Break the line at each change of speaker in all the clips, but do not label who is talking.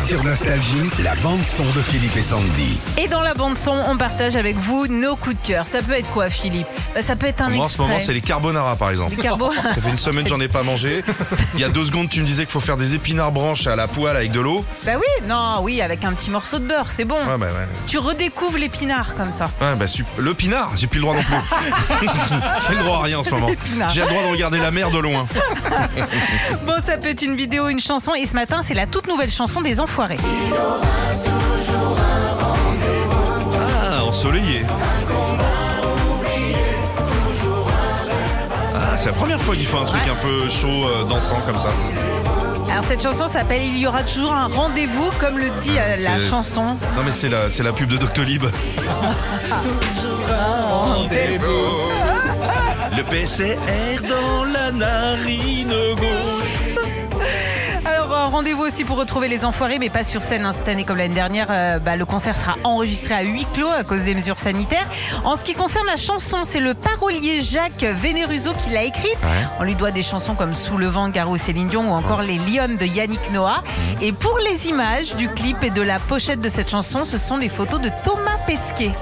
Sur Nostalgie, la bande-son de Philippe et Sandy.
Et dans la bande son, on partage avec vous nos coups de cœur. Ça peut être quoi, Philippe Bah, Ça peut être un
Moi, en ce
extrait.
moment, c'est les carbonara, par exemple.
du carbo.
Ça fait une semaine, j'en ai pas mangé. Il y a deux secondes, tu me disais qu'il faut faire des épinards branches à la poêle avec de l'eau.
bah oui, non, oui, avec un petit morceau de beurre, c'est bon.
Ouais, bah, ouais.
Tu redécouvres l'épinard comme ça.
Ouais, bah, sup- Le pinard, j'ai plus le droit non plus. j'ai le droit à rien en ce moment.
pinards.
J'ai le droit de regarder la mer de loin.
Bon, ça peut être une vidéo, une chanson. Et ce matin, c'est la toute nouvelle chanson des Enfoirés.
Ah, ensoleillé. Ah, c'est la première fois qu'il fait un truc un peu chaud, euh, dansant comme ça.
Alors, cette chanson s'appelle Il y aura toujours un rendez-vous, comme le dit euh, la
C'est-
chanson.
Non, mais c'est la, c'est la pub de Doctolib. Le PCR dans la narine gauche.
Alors, un rendez-vous aussi pour retrouver les Enfoirés, mais pas sur scène hein, cette année comme l'année dernière. euh, bah, le concert sera enregistré à huis clos à cause des mesures sanitaires. En ce qui concerne la chanson, c'est le parolier Jacques Vénéruso qui l'a écrite.
Ouais.
On lui doit des chansons comme Sous le vent de Garo et Céline Dion ou encore Les Lyonnes de Yannick Noah.
Mhm.
Et pour les images du clip et de la pochette de cette chanson, ce sont des photos de Thomas Pesquet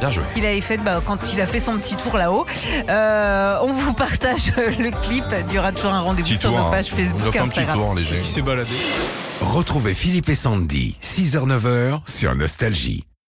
Bien joué.
qu'il avait fait bah, quand il a fait son petit tour là-haut. Euh, on vous partage le clip. Il y aura toujours un rendez-vous
Petit
sur
tour,
nos
hein.
pages
On va
Facebook,
faire un petit
Instagram.
tour hein, léger.
Retrouvez Philippe et Sandy, 6h-9h, sur Nostalgie.